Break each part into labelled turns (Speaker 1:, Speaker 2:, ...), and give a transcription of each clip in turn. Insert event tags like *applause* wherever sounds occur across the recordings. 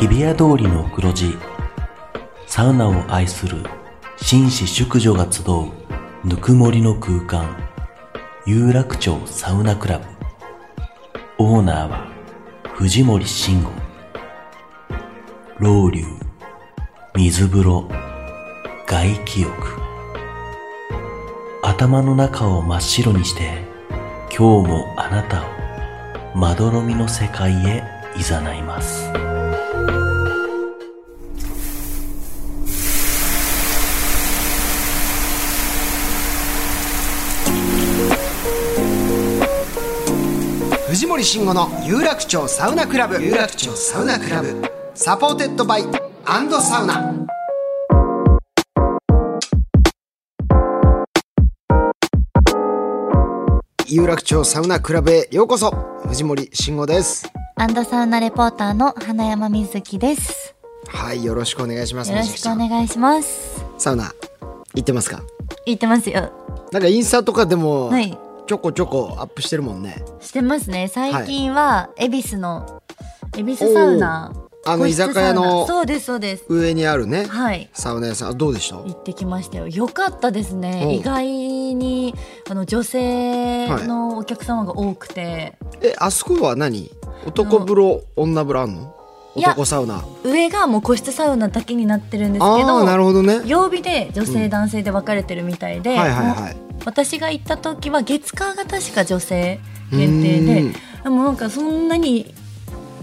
Speaker 1: 日比谷通りの黒字サウナを愛する紳士淑女が集うぬくもりの空間有楽町サウナクラブオーナーは藤森慎吾老流水風呂外気浴頭の中を真っ白にして今日もあなたをまどろみの世界へ誘います
Speaker 2: 藤森慎吾の有楽町サウナクラブ有楽町サウナクラブサポーテッドバイアンドサウナ有楽町サウナクラブへようこそ藤森慎吾です
Speaker 3: アンドサウナレポーターの花山瑞希です。
Speaker 2: はいよろしくお願いします
Speaker 3: よろしくお願いします。
Speaker 2: サウナ行ってますか
Speaker 3: 言ってますよ。
Speaker 2: なんかインスタとかでも
Speaker 3: はい
Speaker 2: ちょこちょこアップしてるもんね、
Speaker 3: してますね。最近は恵比寿の恵比寿サウナ
Speaker 2: おーあの
Speaker 3: 個室サ
Speaker 2: 居
Speaker 3: ウナ
Speaker 2: 酒屋の
Speaker 3: そうですそうです。
Speaker 2: 上にあるね、
Speaker 3: はい。
Speaker 2: サウナ屋さんあどうでした
Speaker 3: 行ってきましたよ。良かったです
Speaker 2: おう
Speaker 3: ね。意外にあの女性のお客様が多くて、
Speaker 2: えあそこは何男風呂女風呂あんの
Speaker 3: いや
Speaker 2: 男サウナあ
Speaker 3: 上がもう個室サウナだけになってるんです
Speaker 2: あ
Speaker 3: けど
Speaker 2: ー、なるほどね
Speaker 3: 曜日で女性男性で分かれてるみたいで、
Speaker 2: はいはいはい
Speaker 3: もう私が行った時は月火が確か女性限定で
Speaker 2: うん
Speaker 3: でもなんかそんなに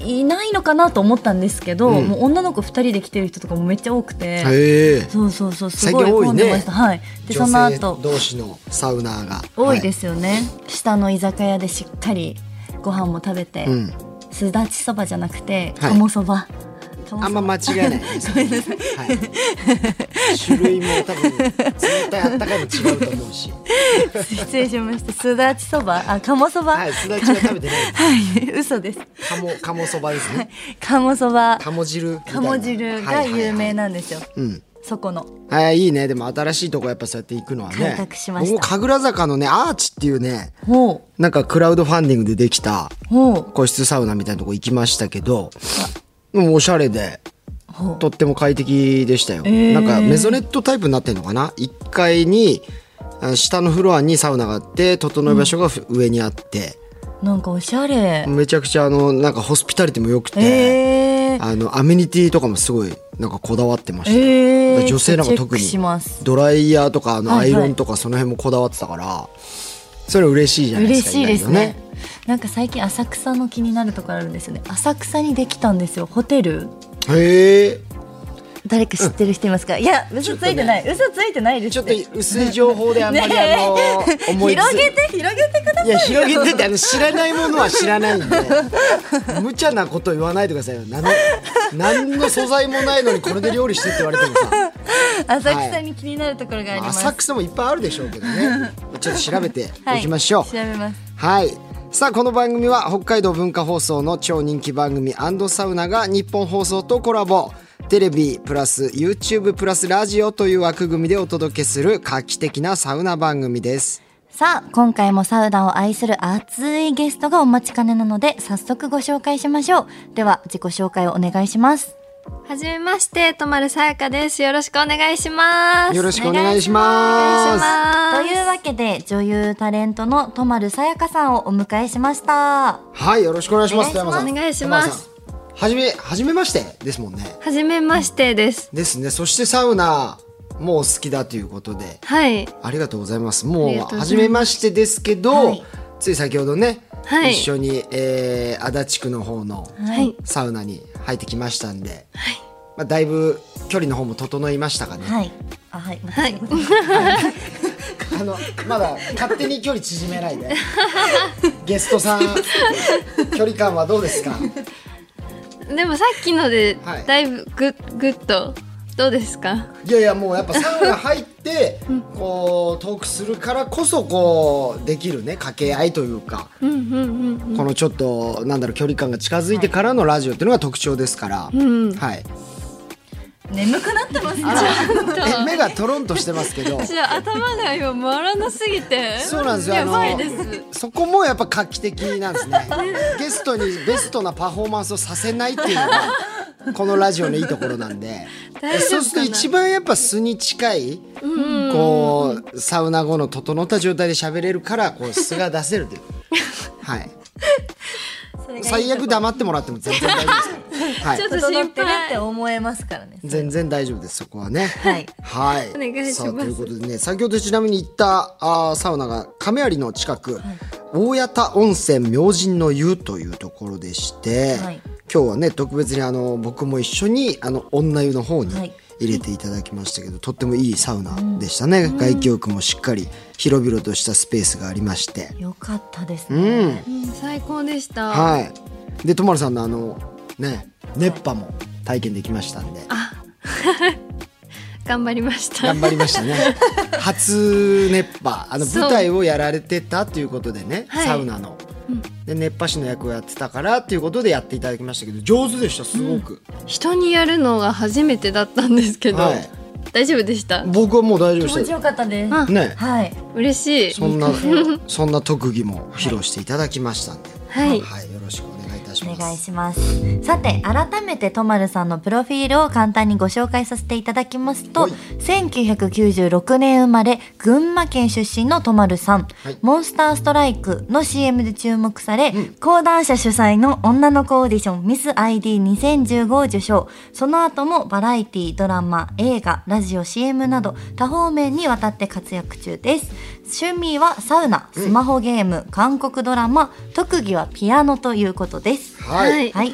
Speaker 3: いないのかなと思ったんですけど、
Speaker 2: うん
Speaker 3: もう女の子2人で来てる人とかもめっちゃ多くて、
Speaker 2: へえ
Speaker 3: そうそうそうすごい
Speaker 2: 最近多いね
Speaker 3: 混んでました、はいでその
Speaker 2: 女性
Speaker 3: 後
Speaker 2: 同士のサウナーが、
Speaker 3: 多いですすよね、下の居酒屋でしっかりご飯も食べて、
Speaker 2: はいうん、
Speaker 3: すだちそばじゃなくて
Speaker 2: はい
Speaker 3: 鴨そば鴨
Speaker 2: あ
Speaker 3: そ
Speaker 2: ん
Speaker 3: ば
Speaker 2: ま間違
Speaker 3: *laughs*
Speaker 2: えないです、ね、はい、種類も多分冷たいあったかいも違うと思う
Speaker 3: *laughs*
Speaker 2: し
Speaker 3: 失礼しましたすだちそばあ鴨そば
Speaker 2: は
Speaker 3: はいい、
Speaker 2: すだちは食べてないです
Speaker 3: 嘘です
Speaker 2: 鴨鴨そばですね
Speaker 3: 鴨そば
Speaker 2: *laughs* 鴨汁みたいな
Speaker 3: 鴨汁が有名なんですよ、
Speaker 2: はいはいはいうん
Speaker 3: そこの
Speaker 2: はい、いいねでも新しいとこやっぱそうやって行くのはね
Speaker 3: 開拓しました
Speaker 2: 僕も神楽坂のねアーチっていうね
Speaker 3: ほ
Speaker 2: なんかクラウドファンディングでできた
Speaker 3: うほう
Speaker 2: 個室サウナみたいなとこ行きましたけどもうおしゃれで
Speaker 3: ほう
Speaker 2: とっても快適でしたよ、
Speaker 3: ー
Speaker 2: なんかメゾネットタイプになってるのかな1階にあ下のフロアにサウナがあって整え場所がふ上にあって、
Speaker 3: なんかおしゃれ
Speaker 2: めちゃくちゃあのなんかホスピタリティも良くて、
Speaker 3: えー、
Speaker 2: あのアメニティとかもすごいなんかこだわってましたよ、
Speaker 3: えー
Speaker 2: 女性なんか特に
Speaker 3: チェックします
Speaker 2: ドライヤーとかあのア
Speaker 3: はいは
Speaker 2: イ
Speaker 3: い
Speaker 2: ロンとかその辺もこだわってたから、それ嬉しいじゃないです
Speaker 3: 嬉
Speaker 2: か
Speaker 3: しいですね
Speaker 2: 意外と
Speaker 3: なんか最近浅草の気になるところあるんですよね浅草にできたんですよホテル
Speaker 2: へえ
Speaker 3: 誰か知ってる人いますか、いや嘘ついてない、嘘ついてないです
Speaker 2: ちょ
Speaker 3: っ
Speaker 2: っと
Speaker 3: て
Speaker 2: 薄い情報であんまりあの思いつ
Speaker 3: 広げて広げてください
Speaker 2: いや広げてってあの知らないものは知らないん
Speaker 3: *laughs*
Speaker 2: で無茶なこと言わないでくださいよ何の何の素材もないのにこれで料理してって言われてもさ
Speaker 3: 浅草に気になるところがあります、
Speaker 2: 浅草もいっぱいあるでしょうけどねちょっと調べておきましょう
Speaker 3: はい、調べます
Speaker 2: はい、さあこの番組は北海道文化放送の超人気番組サウナが日本放送とコラボテレビプラス YouTube プラスラジオという枠組みでお届けする画期的なサウナ番組です
Speaker 3: さあ、今回もサウナを愛する熱いゲストがお待ちかねなので、早速ご紹介しましょう。では、自己紹介をお願いします。
Speaker 4: はじめまして、とまるさやかです。よろしくお願いします。
Speaker 2: よろしくお願いします
Speaker 4: お願
Speaker 3: と
Speaker 4: いし
Speaker 3: いうわけで、女優タレントのとまるさやかさんをお迎えしました。
Speaker 2: はいよろしくお願いします
Speaker 3: お願いしま
Speaker 2: 富山
Speaker 3: す
Speaker 2: さん
Speaker 4: お願いします
Speaker 2: 富山さんはじめはじめましてですもんね
Speaker 4: ます。はじめましてです。
Speaker 2: ですねそしてサウナもお好きだということで
Speaker 4: はい。
Speaker 2: ありがとうございます
Speaker 4: あ
Speaker 2: もう
Speaker 4: りがとうございます
Speaker 2: 初めましてですけど、
Speaker 3: はい
Speaker 2: つい先ほどね、
Speaker 4: はい
Speaker 2: 一緒に、えー、足立区の方の
Speaker 4: はい。
Speaker 2: サウナに入ってきましたんで、まあ、だいぶ距離の方も整いましたかね、
Speaker 4: *laughs*
Speaker 3: はい。あ、はい。
Speaker 4: はい。
Speaker 2: あのまだ勝手に距離縮めない
Speaker 4: *laughs*
Speaker 2: でゲストさん距離感はどうですか
Speaker 4: でもさっきので
Speaker 2: はい、
Speaker 4: だいぶぐ、ぐっと、どうですか
Speaker 2: いやいやもうやっぱサウナ入ってこうトークするからこそこうできるね掛け合いというか、
Speaker 4: うんうんうん。
Speaker 2: このちょっとなんだろう距離感が近づいてからのラジオっていうのが特徴ですから、
Speaker 4: ん
Speaker 2: はい
Speaker 3: *laughs* 眠くなってますね
Speaker 2: え目がトロンとしてますけ
Speaker 4: *laughs*
Speaker 2: ど
Speaker 4: ちょっと頭が今回らなすぎて
Speaker 2: そうなんですよ
Speaker 4: やば
Speaker 2: あ
Speaker 4: い
Speaker 2: の
Speaker 4: です
Speaker 2: そこもやっぱ画期的なんです
Speaker 4: *laughs*
Speaker 2: ねゲストにベストなパフォーマンスをさせないっていうのがこのラジオのいいところなんで
Speaker 4: 大
Speaker 2: そ
Speaker 4: 丈夫かな
Speaker 2: うすると一番やっぱ素に近いこうサウナ後の整った状態で喋れるからこう素が出せるという
Speaker 4: *laughs*
Speaker 2: はい最悪黙ってもらっても全然大丈夫です
Speaker 4: *laughs*
Speaker 2: から、は
Speaker 4: ちょ
Speaker 2: い、
Speaker 4: っと
Speaker 3: 整っ
Speaker 4: 心
Speaker 3: てるって
Speaker 4: 配
Speaker 3: 思えますからね
Speaker 2: 全然大丈夫ですそこはね
Speaker 3: はい
Speaker 2: はい。
Speaker 4: お願いします
Speaker 2: さあということでね、先ほどちなみに行ったあーサウナが亀有の近く、大谷田温泉明神の湯というところでして、
Speaker 3: はい
Speaker 2: 今日はね特別にあの僕も一緒にあの女湯の方に
Speaker 3: はい
Speaker 2: 入れていただきましたけど、とってもいいサウナでしたね。外気浴もしっかり広々としたスペースがありまして、
Speaker 3: よかったです
Speaker 2: うん
Speaker 3: ね、
Speaker 4: うん最高でした、
Speaker 2: はい。で、とまるさんのあのね熱波も体験できましたんで。
Speaker 4: 頑張りました
Speaker 2: 頑張りましたね初熱波あの
Speaker 4: そう
Speaker 2: 舞台をやられてたということでね、
Speaker 4: はい
Speaker 2: サウナの、で熱波師の役をやってたからということでやっていただきましたけど上手でしたすごく、
Speaker 4: 人にやるのが初めてだったんですけど、
Speaker 2: はい
Speaker 4: 大丈夫でした
Speaker 2: 僕はもう大丈夫
Speaker 3: 気持
Speaker 2: でし
Speaker 3: ちよかったです
Speaker 4: あ
Speaker 2: たね
Speaker 3: はい
Speaker 4: 嬉しい
Speaker 2: そんなそんな特技も披露していただきましたんで、
Speaker 4: はい
Speaker 2: よろしくお願いいたし
Speaker 3: お
Speaker 2: ます
Speaker 3: 願いしますさて改めてとまるさんのプロフィールを簡単にご紹介させていただきますと
Speaker 2: はい
Speaker 3: 1996年生まれ群馬県出身のとまるさん、
Speaker 2: はい
Speaker 3: モンスターストライクの CM で注目され、講談社主催の女の子オーディションミス ID2015 を受賞その後もバラエティドラマ映画ラジオ CM など多方面にわたって活躍中です趣味はサウナスマホゲーム、韓国ドラマ特技はピアノということです
Speaker 2: はい、
Speaker 4: はい
Speaker 3: はい。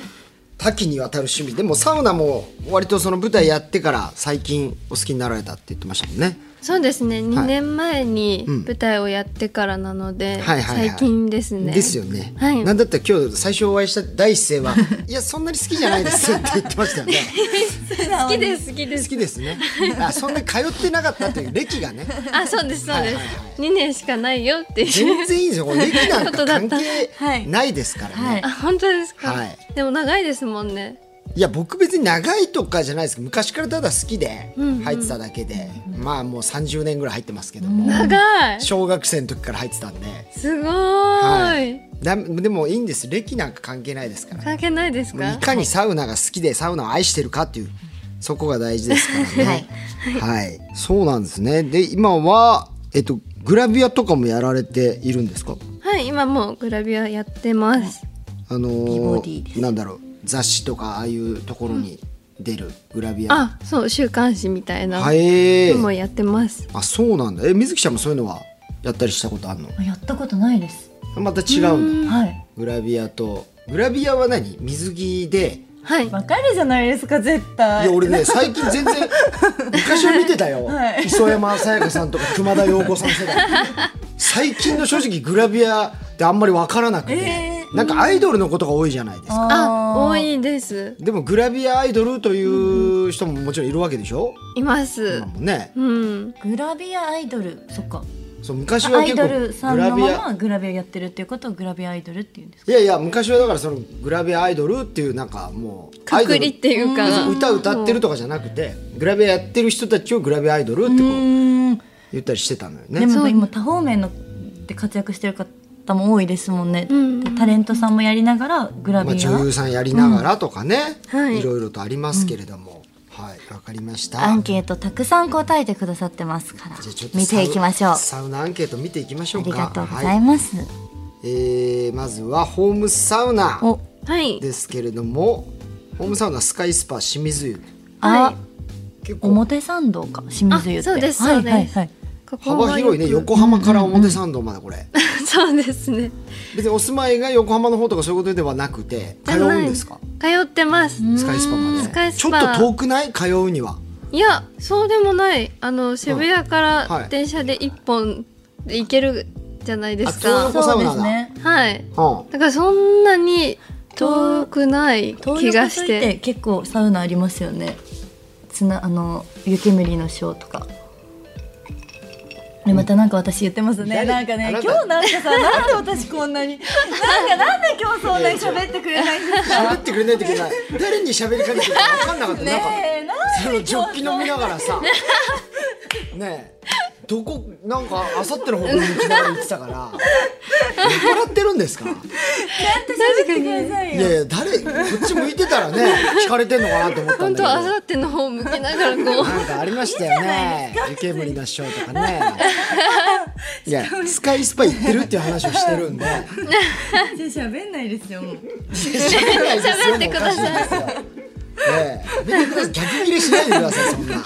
Speaker 2: 多岐にわたる趣味でもサウナも割とその舞台やってから最近お好きになられたって言ってましたもんね
Speaker 4: そうですね2年前に
Speaker 2: うん
Speaker 4: 舞台をやってからなの
Speaker 2: は
Speaker 4: で、
Speaker 2: いはいはい
Speaker 4: 最近ですね
Speaker 2: ですよね、
Speaker 4: はい
Speaker 2: なんだったら今日最初お会いした第一
Speaker 4: *laughs*
Speaker 2: 声は「いやそんなに好きじゃないです」って言ってましたよね
Speaker 4: 好きです好きで
Speaker 2: 好
Speaker 4: す
Speaker 2: きですねあそんなに通ってなかったという歴がね
Speaker 4: あそうですそう
Speaker 2: はい
Speaker 4: です、
Speaker 2: はいは
Speaker 4: 2年しかないよっていう
Speaker 2: 全然いいんですよこれ歴なんか
Speaker 4: こと *laughs* だっ
Speaker 2: 関
Speaker 4: た
Speaker 3: は
Speaker 2: 係
Speaker 3: い
Speaker 2: ないですからね、
Speaker 3: はい
Speaker 2: い、
Speaker 4: *laughs* あ本当ですか、
Speaker 2: はい
Speaker 4: でも長いですもんね
Speaker 2: や僕別に長いとかじゃないですけど昔からただ好きで入ってただけで、まあもう30年ぐらい入ってますけども、
Speaker 4: 長い
Speaker 2: 小学生の時から入ってたんで、
Speaker 4: すごーい、
Speaker 2: だでもいいんです歴なんか関係ないですから
Speaker 4: 関係ないですか
Speaker 2: いかにサウナが好きでサウナを愛してるかっていうそこが大事ですからね。はい、そうなんですね。で今はえっとグラビアとかもやられているんですか。
Speaker 4: はい今もうグラビアやってます
Speaker 2: あのー
Speaker 3: 美ボディで
Speaker 2: なんだろう雑誌とかああいうところに出るグラビア。
Speaker 4: あそう週刊誌みたいな
Speaker 2: はえ
Speaker 4: のもやってます
Speaker 2: あそうなんだ。え水木ちゃんもそういうのはやったりしたことあるの？
Speaker 3: やったことないです。
Speaker 2: また違うんだ。
Speaker 3: はい。
Speaker 2: グラビアとグラビアは何？水着で。
Speaker 4: はい
Speaker 3: わかるじゃないですか、絶対。
Speaker 2: いや俺ね最近全然昔は見てたよ、
Speaker 3: はい
Speaker 2: 磯山さやかさんとか熊田曜子さん世代最近の正直グラビアってあんまり分からなくて、
Speaker 3: え
Speaker 2: なんかアイドルのことが多いじゃないですか
Speaker 4: あ
Speaker 3: あ
Speaker 4: 多いです
Speaker 2: でもグラビアアイドルという人ももちろんいるわけでしょ、
Speaker 4: います
Speaker 2: 今もね
Speaker 4: うん
Speaker 3: ー。グラビアアイドル、そっか。
Speaker 2: そう昔は
Speaker 3: アイ
Speaker 2: 結
Speaker 3: ドル
Speaker 2: 構
Speaker 3: さ
Speaker 2: グ
Speaker 3: ん
Speaker 2: ラ
Speaker 3: の
Speaker 2: ビ
Speaker 3: ま
Speaker 2: ア
Speaker 3: まグラビアやってるっていうことをグラビアアイドルっていうんですか。
Speaker 2: いやいや昔はだからそのグラビアアイドルっていうなんかもうアイド
Speaker 4: 隔
Speaker 2: ル
Speaker 4: 離っていうか
Speaker 2: 歌歌ってるとかじゃなくてグラビアやってる人たちをグラビアアイドルってこ
Speaker 3: う
Speaker 2: う
Speaker 3: ーん。
Speaker 2: 言ったりしてたのよね
Speaker 3: で
Speaker 4: そ
Speaker 3: も
Speaker 4: う
Speaker 3: 今多方面ので活躍してる方も多いですもんね。
Speaker 4: ん
Speaker 3: でタレントさんもやりながらグラ
Speaker 2: まあ、
Speaker 3: ビア。
Speaker 2: 女優さんやりながらとかね、、
Speaker 4: うんはいい
Speaker 2: ろいろとありますけれども、はいわかりました
Speaker 3: アンケートたくさん答えてくださってますから
Speaker 2: じゃあちょっと
Speaker 3: 見ていきましょうあ
Speaker 2: サウナアンケート見ていきましょう
Speaker 3: り
Speaker 2: か
Speaker 3: がとうご
Speaker 2: は
Speaker 3: ざいます、
Speaker 2: えーまずはホームサウナ
Speaker 3: お
Speaker 4: はい
Speaker 2: ですけれどもホームサウナスカイスパ清水湯
Speaker 3: あ、
Speaker 4: はい
Speaker 2: 結構
Speaker 3: 表参道か清水湯って
Speaker 4: あそうです
Speaker 3: はい
Speaker 4: そうです
Speaker 3: はいはい
Speaker 4: ここ
Speaker 2: 幅
Speaker 4: は
Speaker 2: 広いね
Speaker 4: よく
Speaker 2: 横浜から表参道までこれ、
Speaker 4: *laughs* そうですね
Speaker 2: 別にお住まいが横浜の方とかそういうことではなくて
Speaker 4: じゃ
Speaker 2: 通
Speaker 4: な
Speaker 2: う
Speaker 4: い
Speaker 2: んですか
Speaker 4: 通ってます
Speaker 2: スカイスパまで
Speaker 4: スカイス
Speaker 2: ちょ
Speaker 4: パ
Speaker 2: っと遠くない通うにはい
Speaker 4: やそうでもないあの渋谷か
Speaker 2: うんはい
Speaker 4: ら電車で一本で行けるじゃないです
Speaker 2: あ
Speaker 4: か、
Speaker 2: 横
Speaker 3: そう
Speaker 2: 浜
Speaker 3: で
Speaker 2: だ
Speaker 3: すね
Speaker 4: はい
Speaker 2: うん
Speaker 3: *laughs*
Speaker 4: だからそんなに遠くない気がし
Speaker 3: 東横沿いって結構サウナありますよねつなあの湯煙のショーとかでまたなんか私言ってますね
Speaker 2: 誰
Speaker 3: なんかね
Speaker 2: あな
Speaker 3: 今
Speaker 2: た
Speaker 3: 日なんかさなんで私こんなになんかなんで今日そんなに喋ってくれないんですか
Speaker 2: 喋ってくれないといけない誰に喋りかけてるか分かんなかった、なんか
Speaker 3: ねえなん
Speaker 2: そのジョッキ飲みながらさねえどこなんかあさっての方向に行きながら言ってたから酔っ払ってるんですか
Speaker 4: 確かに
Speaker 2: いやいや誰こっち向いてたらね聞かれてんのかなと思ったん
Speaker 4: 本当
Speaker 2: だ
Speaker 4: あ
Speaker 2: けど
Speaker 4: さっての方向きなが
Speaker 2: *laughs*
Speaker 4: らこう
Speaker 2: なんかありましたよね湯煙のショーとかねいやスカイスパ行ってるっていう話をしてるんで
Speaker 3: 喋んないですよもう
Speaker 2: 喋
Speaker 4: 喋ってくださ
Speaker 2: いですよ。ええ、見てください。逆切れしないでください。そんな。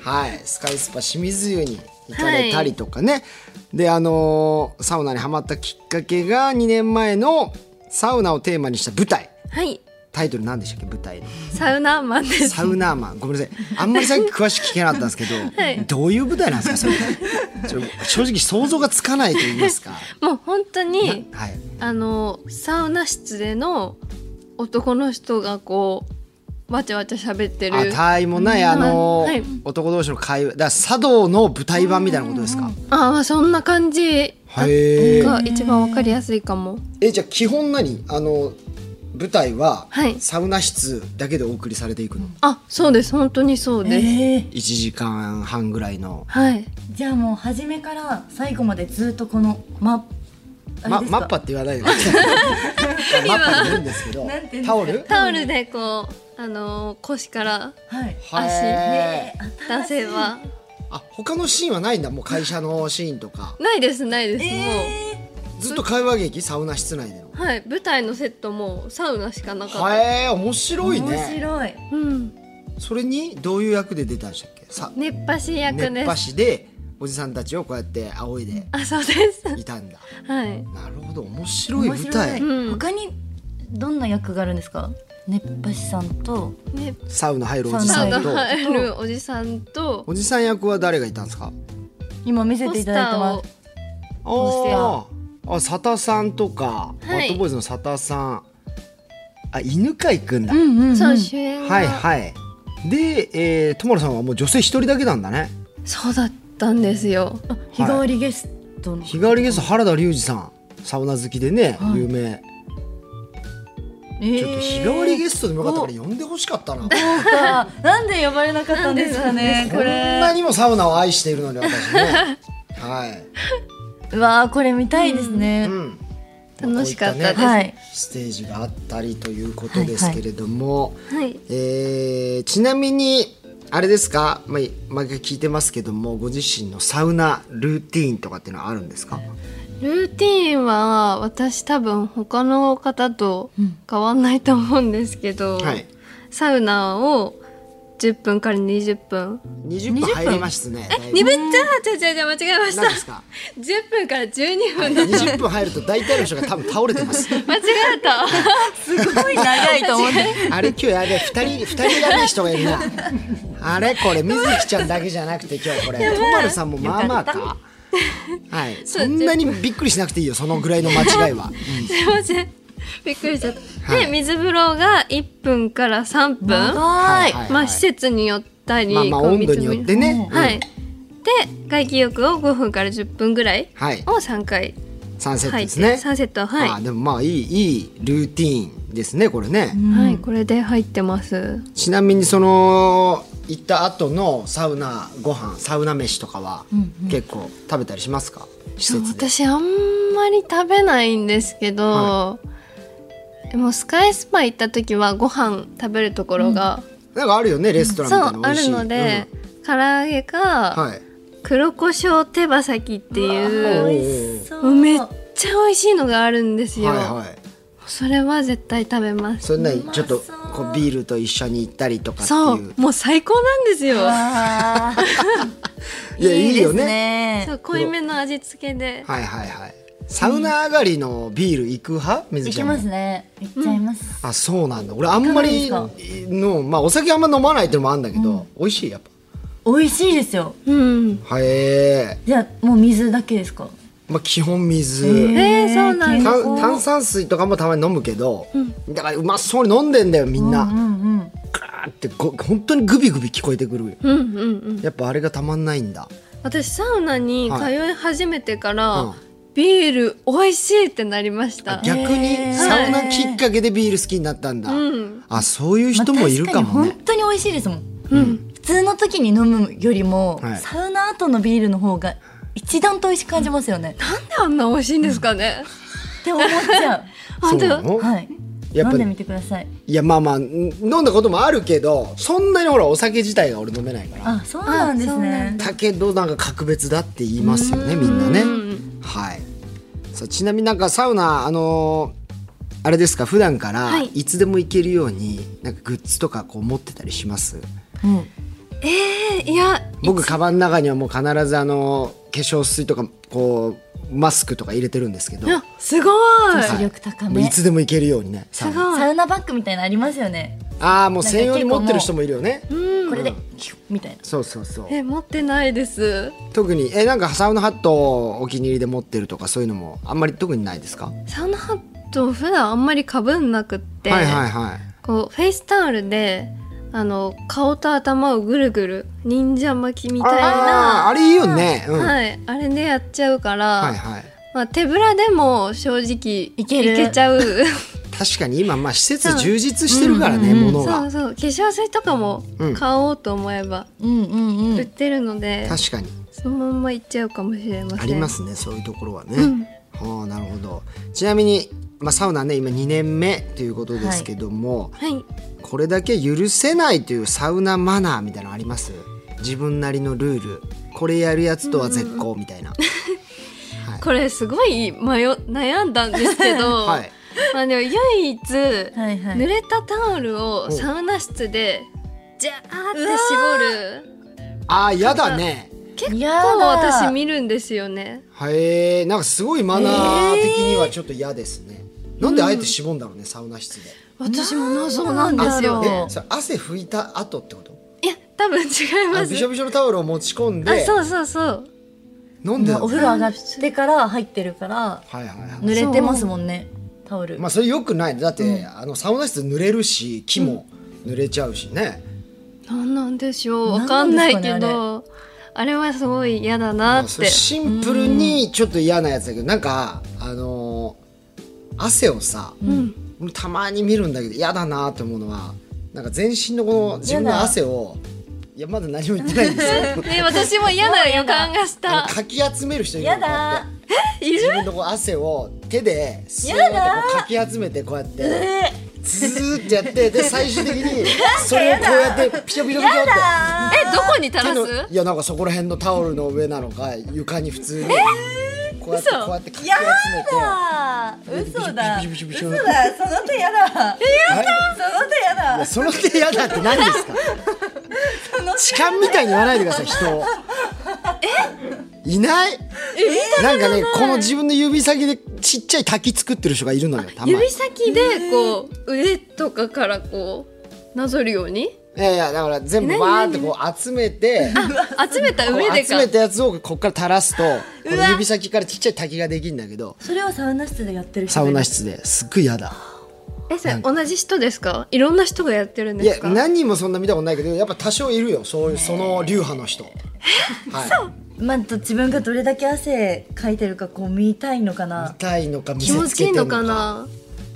Speaker 2: はい、スカイスパ清水湯に行かれたりとかね。で、あのーサウナにハマったきっかけが2年前のサウナをテーマにした舞台。
Speaker 4: はい
Speaker 2: タイトル何でしたっけ舞台の
Speaker 4: サウナーマンです
Speaker 2: サウナーマンごめんなさいあんまりさっき詳しく聞けなかったんですけど、
Speaker 4: い
Speaker 2: どういう舞台なんですかそれちょ正直想像がつかないと言いますか
Speaker 4: もう本当に
Speaker 2: はい
Speaker 4: あのサウナ室での男の人がこうわちゃわちゃ喋ってる
Speaker 2: あ他愛もないあの、
Speaker 4: はい
Speaker 2: 男同士の会話だから茶道の舞台版みたいなことですか、
Speaker 4: ああそんな感じ
Speaker 2: へえ
Speaker 4: が一番わかりやすいかも
Speaker 2: えじゃあ基本何あの舞台は
Speaker 4: はい
Speaker 2: サウナ室だけでお送りされていくの、
Speaker 4: あそうです本当にそうです、
Speaker 3: ええ
Speaker 2: 一1時間半ぐらいの
Speaker 4: はい
Speaker 3: じゃあもう初めから最後までずっとこのまあれ
Speaker 2: ま、
Speaker 3: です
Speaker 2: マ
Speaker 3: か
Speaker 2: ッパって言わ
Speaker 3: *laughs*
Speaker 2: ないでくださいマッパで言うんですけど
Speaker 3: なんて言うんですか
Speaker 2: タオル
Speaker 4: タオルでこうあの腰から
Speaker 3: はい
Speaker 4: 足
Speaker 2: へー
Speaker 4: 男性は
Speaker 2: あ他のシーンはないんだもう会社のシーンとか
Speaker 4: *laughs* ないですないです、
Speaker 3: え
Speaker 2: ずっと会話劇サウナ室内での
Speaker 4: もうはい舞台のセットもサウナしかなかった、
Speaker 2: へえ面白
Speaker 3: ー、
Speaker 2: い
Speaker 3: 面
Speaker 2: ね
Speaker 3: 白い
Speaker 4: うん
Speaker 2: それにどういう役で出たんでしたっけさ
Speaker 4: 熱波師役です
Speaker 2: 熱波師でおじさんたちをこうやって仰いで
Speaker 4: あそうです
Speaker 2: いたんだ
Speaker 4: はい
Speaker 2: なるほど面白い
Speaker 3: 面
Speaker 2: 舞
Speaker 3: 白い、
Speaker 2: 台
Speaker 4: うん
Speaker 3: 他にどんな役があるんですか熱波師さんと
Speaker 4: ね
Speaker 2: サウナ入るおじ
Speaker 4: サ
Speaker 2: さ
Speaker 4: ウ
Speaker 2: ん
Speaker 4: ナ
Speaker 2: と
Speaker 4: 入るおじさんと
Speaker 2: おじさん役は誰がいたんですか
Speaker 3: 今見せ
Speaker 4: ポ
Speaker 3: てい
Speaker 4: ス
Speaker 3: ただい
Speaker 4: タ
Speaker 3: て
Speaker 4: ー
Speaker 3: ま
Speaker 4: を
Speaker 3: す
Speaker 2: あーあ佐田さんとか、
Speaker 4: い
Speaker 2: バッドボーイズの佐田さんあ犬飼くんだ、
Speaker 3: んうん、
Speaker 4: そう主演が、
Speaker 2: はいはいで、えー、トモロさんはもう女性一人だけなんだね
Speaker 4: そうだったんですよ
Speaker 3: 日替わりゲストの、
Speaker 2: 日替わりゲスト原田隆二さんサウナ好きでね、
Speaker 3: はい
Speaker 2: 有名
Speaker 3: えー
Speaker 2: ちょっと日替わりゲストでもよかったから呼んでほしかったな、
Speaker 3: そうか *laughs* なんで呼ばれなかったんですかね
Speaker 2: こ
Speaker 3: こ
Speaker 2: んな
Speaker 3: れ
Speaker 2: にもサウナを愛しているのに私 *laughs* ねはい、
Speaker 3: うわーこれ見たいですね、
Speaker 2: うん、
Speaker 4: 楽しかったです
Speaker 2: こういね
Speaker 3: はい
Speaker 2: ステージがあったりということですけれども、
Speaker 4: はい
Speaker 2: えーちなみにあれですか、まあ、毎回聞いてますけどもご自身のサウナルーティーンとかっていうのはあるんですか
Speaker 4: ルーティーンは私多分他の方と変わんないと思うんですけど、
Speaker 2: はい
Speaker 4: サウナを10分から20分
Speaker 2: 20分入りますねえ
Speaker 4: にぶっちゃ違う違う違う間違えました
Speaker 2: 何ですか
Speaker 4: 10分から12分
Speaker 2: *laughs*
Speaker 4: だ
Speaker 2: 20分入ると大体の人が多分倒れてます
Speaker 4: 間違えた
Speaker 3: すごい長いと思って
Speaker 2: あれ今日やべえ2人二人やべえ人がいるなあれこれ水木ちゃんだけじゃなくて今日これとまるさんもまあまあかはいそんなにびっくりしなくていいよそのぐらいの間違いは、
Speaker 4: *laughs*
Speaker 2: うん
Speaker 4: すいませんびっくりしちゃった、
Speaker 2: はい
Speaker 4: で水風呂が1分から3分
Speaker 3: 長い
Speaker 4: まあ施設によったり、
Speaker 2: まあまあ
Speaker 4: こう
Speaker 2: 温度によってね
Speaker 4: 水風呂はい、で外気浴を5分から10分ぐらい
Speaker 2: はい
Speaker 4: を3回
Speaker 2: 3セット
Speaker 4: 入
Speaker 2: で
Speaker 4: っ
Speaker 2: す
Speaker 4: て、
Speaker 2: ね
Speaker 4: 3セットはい
Speaker 2: あでもまあいいいいルーティーンですねこれね、
Speaker 4: はい、これで入ってます。
Speaker 2: ちなみにその行った後のサウナご飯サウナ飯とかは結構食べたりしますか施設で
Speaker 4: 私あんまり食べないんですけど、
Speaker 2: は
Speaker 4: でもスカイスパ行った時はご飯食べるところが、
Speaker 2: なんかあるよねレストラ
Speaker 4: そ
Speaker 2: ンみ
Speaker 4: う
Speaker 2: た
Speaker 4: あ
Speaker 2: いな美味し
Speaker 4: る
Speaker 2: い
Speaker 4: ので、唐揚げ
Speaker 2: うん
Speaker 4: か
Speaker 2: はい
Speaker 4: 黒胡椒手羽先って
Speaker 2: お
Speaker 4: いう
Speaker 2: ー
Speaker 3: 美味しそ
Speaker 4: も
Speaker 3: う
Speaker 4: うめっちゃ美味しいのがあるんですよ、
Speaker 2: はいはい
Speaker 4: それは絶対食べます
Speaker 2: それな
Speaker 3: う
Speaker 2: り
Speaker 3: ま
Speaker 2: ち
Speaker 3: そ
Speaker 2: ょ
Speaker 3: う
Speaker 2: っとこうビールと一緒に行ったりとかって
Speaker 4: そ
Speaker 2: いう
Speaker 4: うもう最高なんですよ
Speaker 3: あー
Speaker 2: いやいいよね
Speaker 3: ですね
Speaker 4: そう濃いめの味付けで、
Speaker 2: はいはいはいサウナ上がりのビール行く派水
Speaker 3: 行
Speaker 2: 木ち
Speaker 3: き
Speaker 2: ゃんも
Speaker 3: ますね行っちゃいます、
Speaker 2: あそうなんだ俺あんまり
Speaker 3: いかが
Speaker 2: のまあお酒あんま飲まないってのもあるんだけど、美味しいやっぱ
Speaker 3: 美味しいですよ
Speaker 4: うん
Speaker 2: はえ
Speaker 3: じゃあもう水だけですか
Speaker 2: まあ、基本水、
Speaker 4: えーそうなん
Speaker 3: 健
Speaker 4: だ
Speaker 3: 康
Speaker 2: 炭炭酸水とかもたまに飲むけど、だからうまそうに飲んでんだよみんな、
Speaker 3: うんうん
Speaker 2: ガーってご本当にグビグビ聞こえてくるよ
Speaker 4: うんうんうん
Speaker 2: やっぱあれがたまんないんだ
Speaker 4: 私サウナに通い始めてから、
Speaker 2: はい
Speaker 4: ビール美味しいってなりました
Speaker 2: 逆に
Speaker 3: へー
Speaker 2: サウナきっかけでビール好きになったんだ、
Speaker 4: ん
Speaker 2: あそういう人もいるかも
Speaker 3: まあ確
Speaker 2: ね
Speaker 3: かに本当に美味しいですもん
Speaker 4: うん
Speaker 3: 普通の時に飲むよりも、
Speaker 2: はい
Speaker 3: サウナ後のビールの方が一段と美味しく感じますよね、
Speaker 4: なんであんな美味しいんですかね
Speaker 3: って思っちゃ
Speaker 4: 本
Speaker 2: そうな
Speaker 4: 当
Speaker 2: の
Speaker 3: うはい
Speaker 2: や
Speaker 3: 飲
Speaker 2: っぱ
Speaker 3: んで
Speaker 2: り
Speaker 3: みてください
Speaker 2: いやまあまあん飲んだこともあるけどそんなにほらお酒自体が俺飲めないから
Speaker 3: あそうなんですね
Speaker 2: だけどなんか格別だって言いますよねみんなね
Speaker 4: うん
Speaker 2: はいさあちなみになんかサウナあのーあれですか普段から
Speaker 4: はい
Speaker 2: いつでも行けるようになんかグッズとかこう持ってたりします
Speaker 4: えいや
Speaker 2: 僕カバンの中にはもう必ずあの化粧水とかこうマスクとか入れてるんですけど
Speaker 4: いやすごい
Speaker 2: は
Speaker 3: 視力高
Speaker 2: もうい
Speaker 3: め
Speaker 2: つでも行けるようにねサ
Speaker 4: す
Speaker 2: ウナ
Speaker 4: ごい
Speaker 3: サウナバッグみたいなのありますよね
Speaker 2: ああもう専用に持ってる人もいるよね
Speaker 3: これでヒュッみたいな
Speaker 2: そうそうそう
Speaker 4: え持ってないです
Speaker 2: 特にえなんかサウナハットをお気に入りで持ってるとかそういうのもあんまり特にないですか、
Speaker 4: サウナハット普段あんまりかぶんなくって、
Speaker 2: はいはいはい
Speaker 4: こうフェイスタオルであの顔と頭をぐるぐる忍者巻きみたい
Speaker 2: あーあ
Speaker 4: な、
Speaker 2: れいいよね、うんはい、
Speaker 4: はい、あれでやっちゃうから、
Speaker 2: はい
Speaker 4: まあ、手ぶらでも正直い
Speaker 3: ける
Speaker 4: ち *laughs* ゃう
Speaker 2: 確かに今まあ施設充実してるからね、もの
Speaker 4: そ
Speaker 2: が
Speaker 4: うそう化粧水とかも
Speaker 2: うん
Speaker 4: 買おうと思えば
Speaker 3: うんうんうん
Speaker 4: 売ってるので、
Speaker 2: 確かに
Speaker 4: そのまんま行っちゃうかもしれません
Speaker 2: ありますねそういうところはね、
Speaker 4: うん
Speaker 2: はあなるほどちなみに、まあ、サウナね今2年目ということですけども、
Speaker 4: はい
Speaker 2: これだけ許せないというサウナマナーみたいなのあります自分なりのルールこれやるやつとは絶好みたいな、
Speaker 4: これすごい迷悩んだんですけ
Speaker 2: *laughs*
Speaker 4: ど、
Speaker 2: はい
Speaker 4: まあでも唯一、
Speaker 3: はいはい
Speaker 4: 濡れたタオルをサウナ室でジャーって絞る
Speaker 2: あーやだね
Speaker 4: 結
Speaker 3: やだ
Speaker 4: 構私見るんですよね
Speaker 2: はいなんかすごいマナー的にはちょっと嫌ですね、なんであえてしぼんだろうねサウナ室で、
Speaker 4: 私も謎なんですよ
Speaker 3: なんだろ
Speaker 4: ね
Speaker 2: え
Speaker 3: う
Speaker 2: それ汗拭いた後ってこと
Speaker 4: いや多分違い
Speaker 2: あ
Speaker 4: ま
Speaker 2: の
Speaker 4: す
Speaker 2: びしょびしょのタオルを持ち込ん
Speaker 4: あ
Speaker 2: で
Speaker 4: そうそうそう
Speaker 2: なんでだろ
Speaker 3: お
Speaker 2: う
Speaker 3: 風
Speaker 2: ね
Speaker 3: 呂上がってから入ってるから
Speaker 2: はいはいはい
Speaker 3: 濡れてますもんねタオル、
Speaker 2: まあそれよくないねだって、あのサウナ室濡れるし木も濡れちゃうしね、
Speaker 4: なんなんでしょうわ
Speaker 3: 何
Speaker 4: か
Speaker 3: なんん
Speaker 4: な
Speaker 3: です
Speaker 4: い
Speaker 3: かね
Speaker 4: けどあれはすごい嫌だな
Speaker 2: まあ
Speaker 4: っ
Speaker 2: そ
Speaker 4: て
Speaker 2: れシンプルにちょっと嫌なやつだけどなんかあのー汗をさ、
Speaker 4: うん
Speaker 2: たまに見るんだけど嫌だなと思うのはなんか全身のこの自分の汗をいやまだ何も言ってないんですよ
Speaker 4: ね私も嫌な予感がし
Speaker 2: あの
Speaker 4: た
Speaker 2: かき集める人いるの
Speaker 3: や
Speaker 2: こうやって
Speaker 3: だ
Speaker 4: い
Speaker 2: 自
Speaker 4: る
Speaker 2: 分のこう汗を手でスーッとこうかき集めてこうやって
Speaker 3: え
Speaker 2: ずーってやってで最終的にそれをこうやってピショピショピショって
Speaker 4: えどこに垂ら
Speaker 2: 手の
Speaker 4: す
Speaker 2: いやなんかそこら辺のタオルの上なのか床に普通にこうやって
Speaker 4: 嘘
Speaker 2: こうやってかき集め
Speaker 3: や
Speaker 2: て
Speaker 3: だ嘘だ
Speaker 2: ビシュ
Speaker 3: 嘘だ
Speaker 2: ビシュ
Speaker 3: そ
Speaker 2: ビシュビシュ
Speaker 3: の手やだ
Speaker 2: はい
Speaker 3: その手
Speaker 2: い
Speaker 3: やだ
Speaker 2: やその手嫌だって何ですか痴漢みたいに言わないでください人をえいないなんかねこの自分の指先でちっちゃい滝作ってる人がいるのよたまに
Speaker 4: 指先でこう腕とかからこうなぞるように
Speaker 2: いやいやだから全部バーってこう集めて
Speaker 4: 集めた
Speaker 2: こ
Speaker 4: 上で
Speaker 2: う集
Speaker 4: か
Speaker 2: めたやつをこっから垂らすとこの指先からちっちゃい滝ができるんだけど
Speaker 3: それをサウナ室でやってる人
Speaker 2: サウナ
Speaker 3: 室
Speaker 2: 室ですっごい嫌だ
Speaker 4: えそれ同じ人ですかいろんな人がやってるん
Speaker 2: い
Speaker 4: で
Speaker 2: や
Speaker 4: すか
Speaker 2: 何人もそんな見たことないけどやっぱ多少いるよそういうその流派の人は
Speaker 3: まあと自分がどれだけ汗かいてるかこう見たいのか
Speaker 2: い
Speaker 3: な
Speaker 2: 痛いのか見
Speaker 4: 気
Speaker 2: せ
Speaker 4: 持
Speaker 2: つ
Speaker 4: ち
Speaker 2: け
Speaker 4: い
Speaker 2: て
Speaker 4: い
Speaker 2: ん
Speaker 4: のかな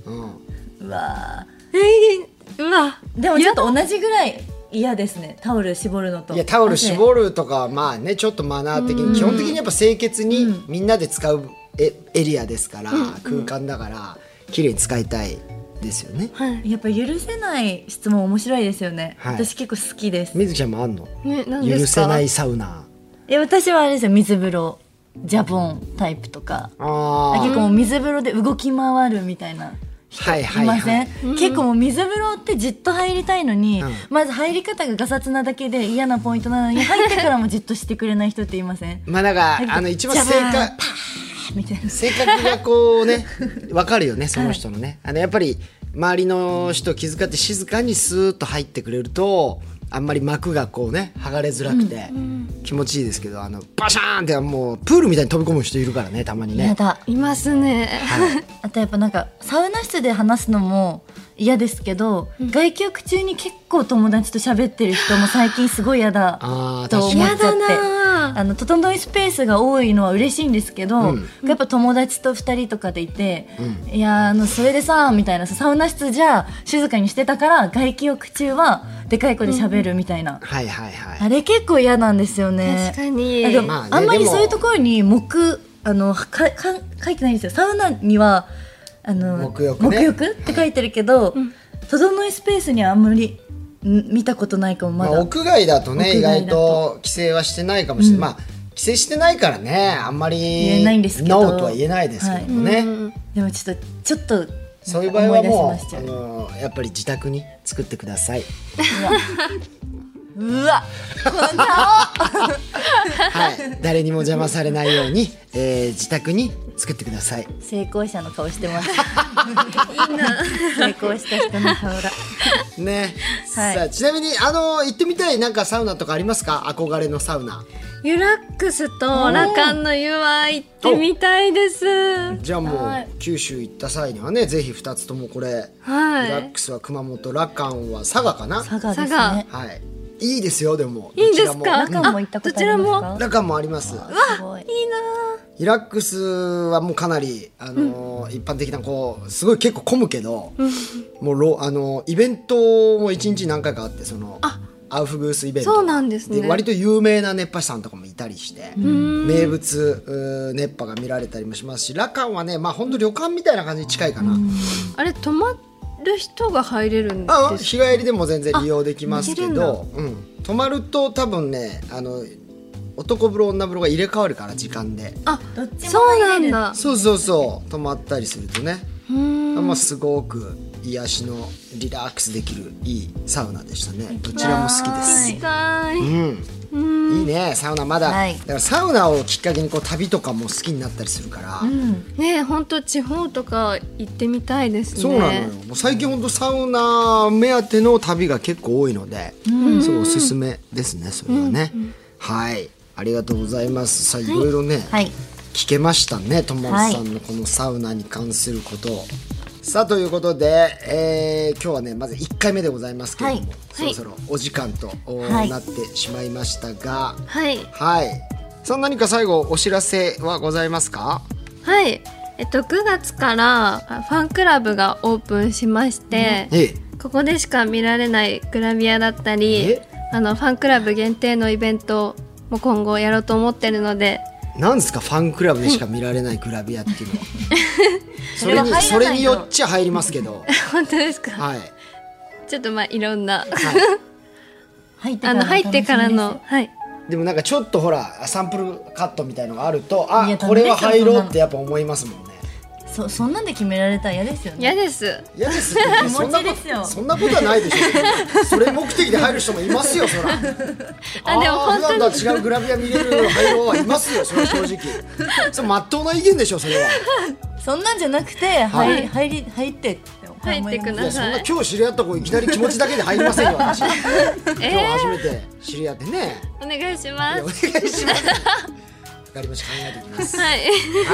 Speaker 2: うん
Speaker 3: うわ
Speaker 4: えー、うわ
Speaker 3: ーでもちょっと同じぐらい嫌ですねタオル絞るのと
Speaker 2: いやタオル
Speaker 3: る
Speaker 2: 絞るとかはまあねちょっとマナー的に基本的にやっぱ清潔にみんなで使うエエリアですから空間だから綺麗に使いたいですよね
Speaker 4: はい
Speaker 3: やっぱ許せない質問面白いですよね、
Speaker 2: はい
Speaker 3: 私結構好きです
Speaker 2: 水木ちゃんもあんの
Speaker 4: ね何で
Speaker 2: 許
Speaker 4: すか
Speaker 2: せないサウナ
Speaker 3: いや私はあれですよ水風呂ジャボンタイプとか
Speaker 2: あ
Speaker 3: 結
Speaker 2: ー
Speaker 3: 構もう水風呂で動き回るみたいな
Speaker 2: はい
Speaker 3: い
Speaker 2: はい
Speaker 3: ません、
Speaker 2: はい
Speaker 3: 結構もう水風呂ってじっと入りたいのに、
Speaker 2: うん
Speaker 3: まず入り方がガサツなだけで嫌なポイントなのに入ってからもじっとしてくれない人っていま
Speaker 2: *laughs*
Speaker 3: せん
Speaker 2: まあだからあの一番
Speaker 3: ジャ
Speaker 2: 正
Speaker 3: バーン
Speaker 2: 解
Speaker 3: みたいな
Speaker 2: 性格がこうね
Speaker 3: *laughs*
Speaker 2: わかるよねその人のね、あのやっぱり周りの人を気遣って静かにスーッと入ってくれるとあんまり膜がこうね剥がれづらくて気持ちいいですけど、あのバシャーンってもうプールみたいに飛び込む人いるからねたまに
Speaker 3: 嫌
Speaker 2: ね
Speaker 3: だ
Speaker 4: いますね
Speaker 3: あとやっぱなんかサウナ室で話すのも嫌ですけど、外気浴中に結構友達と喋ってる人も最近すごい嫌だ
Speaker 2: あー
Speaker 3: と思っちゃ
Speaker 4: 嫌
Speaker 3: って
Speaker 4: だな
Speaker 3: あの整いスペースが多いのは嬉しいんですけど、
Speaker 2: うん
Speaker 3: やっぱ友達と2人とかでいて「いやーあのそれでさ」みたいなさサウナ室じゃ静かにしてたから外気浴中はでかい声で喋べるみたいな、
Speaker 2: はいはいはい
Speaker 3: あれ結構嫌なんですよね
Speaker 4: 確かに
Speaker 3: あでも
Speaker 2: まあね
Speaker 3: あんま
Speaker 2: で
Speaker 3: り
Speaker 2: も
Speaker 3: そういうところに木あのかか書いてないんですよサウナにはあの
Speaker 2: 沐浴ね
Speaker 3: 沐浴って書いてるけど、整いスペースにはあんまりん見たことないかもま
Speaker 2: ま
Speaker 3: だ、
Speaker 2: あ、屋外だとね
Speaker 3: 屋
Speaker 2: 意外
Speaker 3: 外だと
Speaker 2: と規制はしてないかもしれない、まあ規制してないからねあんまり
Speaker 3: 言えないんですけど
Speaker 2: ノーとは言えないですけどもね、
Speaker 4: うん
Speaker 3: でもちょっとちょっと
Speaker 2: そういう場合は
Speaker 3: 思い
Speaker 2: も
Speaker 3: 出しまし
Speaker 2: う
Speaker 3: た
Speaker 2: あのやっぱり自宅に作ってください
Speaker 3: うわ
Speaker 2: はい誰にも邪魔されないように、えー自宅に作ってください
Speaker 3: 成功者の顔してますいいな成功した人の顔だ
Speaker 2: ね、
Speaker 3: はい
Speaker 2: さあちなみにあの行ってみたいなんかサウナとかありますか憧れのサウナ
Speaker 4: ユラックスとラカンの湯は行ってみたいです。
Speaker 2: じゃあもう九州行った際にはねぜひ2つともこれ、
Speaker 4: は
Speaker 2: リラッ
Speaker 4: い。
Speaker 2: クスは熊本ラカンは佐賀かな
Speaker 3: 佐賀です
Speaker 4: 佐
Speaker 3: ね
Speaker 2: はいいいですよでも
Speaker 4: いいんです
Speaker 2: どちら
Speaker 4: か？
Speaker 2: も
Speaker 3: 中も行ったことあります
Speaker 4: あどちら
Speaker 3: か
Speaker 2: ラカンもあります
Speaker 3: すごい
Speaker 2: リラックスはもうかなり、あのー一般的なこうすごい結構混むけど、もうロあのーイベントも一日何回かあってそのアウフグースイベント
Speaker 4: そうなんですね
Speaker 2: 割と有名な熱波師さんとかもいたりして、名物うー熱波が見られたりもしますしラカンはねまあ本当旅館みたいな感じに近いかな、
Speaker 4: あれ泊まる人が入れるんで
Speaker 2: あ
Speaker 4: す。
Speaker 2: 日帰りでも全然利用できますけ
Speaker 4: あいけるん
Speaker 2: ど、うん、泊まると多分ねあの男風呂女風呂が入れ替わるから時間で
Speaker 4: あ、
Speaker 3: どっちも
Speaker 4: そうなんだ。
Speaker 2: そうそうそう泊まったりするとね
Speaker 4: うーん
Speaker 2: まあ、すごく癒しのリラックスできるいいサウナでしたねどちらも好きです、
Speaker 4: 行きたい。
Speaker 2: うん、いいねサウナまだ、
Speaker 3: はい
Speaker 2: だからサウナをきっかけにこう旅とかも好きになったりするから、
Speaker 4: ねえ、本当地方とか行ってみたいですね。
Speaker 2: そうなのよ、もう最近ほんとサウナ目当ての旅が結構多いので、そうおすすめですねそれはね、はいありがとうございますさあいろいろね、
Speaker 3: はい
Speaker 2: 聞けましたねともさんのこのサウナに関することを、さあということで、えー今日はねまず1回目でございますけれども、
Speaker 3: はい
Speaker 2: そろそろお時間と、お
Speaker 3: はい
Speaker 2: なってしまいましたが
Speaker 4: はい。
Speaker 2: はいさあ何か最後お知らせはございますか
Speaker 4: はい。えっと、9月からあファンクラブがオープンしまして、
Speaker 2: ええ
Speaker 4: ここでしか見られないグラビアだったり
Speaker 2: え
Speaker 4: あのファンクラブ限定のイベントも今後やろうと思ってるので
Speaker 2: なんですかファンクラブでしか見られないグラビアっていうのはそれ
Speaker 3: *laughs* それは入ら
Speaker 2: に
Speaker 3: ないと
Speaker 2: それによっちゃ入りますけ
Speaker 3: *laughs*
Speaker 2: ど
Speaker 4: 本当ですか、
Speaker 2: はい、はい、
Speaker 4: ちょっとまあいろんな
Speaker 3: 入ってか
Speaker 4: あ
Speaker 3: ら
Speaker 4: の入ってからのはい
Speaker 2: でもなんかちょっとほらサンプルカットみたいのがあると
Speaker 3: い
Speaker 2: あ
Speaker 3: や
Speaker 2: これは
Speaker 3: ダ
Speaker 2: 入
Speaker 3: メですよ
Speaker 2: ろうってやっぱ思いますもんね
Speaker 3: そそんなんで決められたら嫌ですよね
Speaker 4: 嫌です
Speaker 2: いやですよね
Speaker 3: 持ち
Speaker 2: そんなこ
Speaker 3: ですよ
Speaker 2: とそんなことはないでしょそれ目的で入る人もいますよそ
Speaker 4: *laughs*
Speaker 2: ら
Speaker 4: あでも
Speaker 2: ー
Speaker 4: 本当に
Speaker 2: 普段とは違うグラビア見れる入ろうはいますよそれは正
Speaker 4: *laughs*
Speaker 2: 直それ真っ当な意見でしょそれは
Speaker 3: そんなんじゃなくて、はい、入り入り入ってって
Speaker 4: 入ってく
Speaker 3: い
Speaker 2: い
Speaker 4: だ
Speaker 2: やそん
Speaker 4: さ
Speaker 2: ない今日知り合った子いきなり気持ちだけで入りませんよ
Speaker 4: *laughs*
Speaker 2: 私今日
Speaker 4: え
Speaker 2: 初めて知り合ってね
Speaker 4: お願いし
Speaker 2: い
Speaker 4: ま
Speaker 2: やお願い
Speaker 4: す
Speaker 2: します
Speaker 4: *laughs*
Speaker 2: わかりました考えておきます
Speaker 4: はい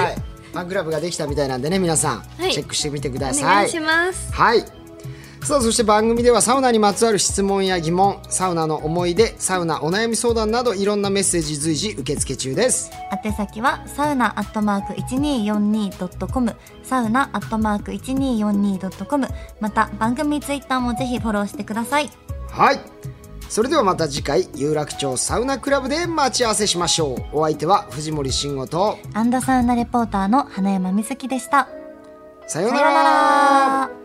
Speaker 2: はいファンクラブができたみたいなんでね皆さん、
Speaker 4: はい
Speaker 2: チェックしてみてく
Speaker 4: お
Speaker 2: ださ
Speaker 4: 願いします
Speaker 2: はい。さあそして番組ではサウナにまつわる質問や疑問サウナの思い出サウナお悩み相談などいろんなメッセージ随時受付中です
Speaker 3: 宛先はサウナアットマーク 1242.com サウナアットマーク 1242.com また番組ツイッターもぜひフォローしてください
Speaker 2: はいそれではまた次回有楽町サウナクラブで待ち合わせしましょうお相手は藤森慎吾と
Speaker 3: アンドサウナレポーターの花山瑞希でした
Speaker 2: さよう
Speaker 3: さ
Speaker 2: な
Speaker 3: ような
Speaker 2: ら
Speaker 3: ら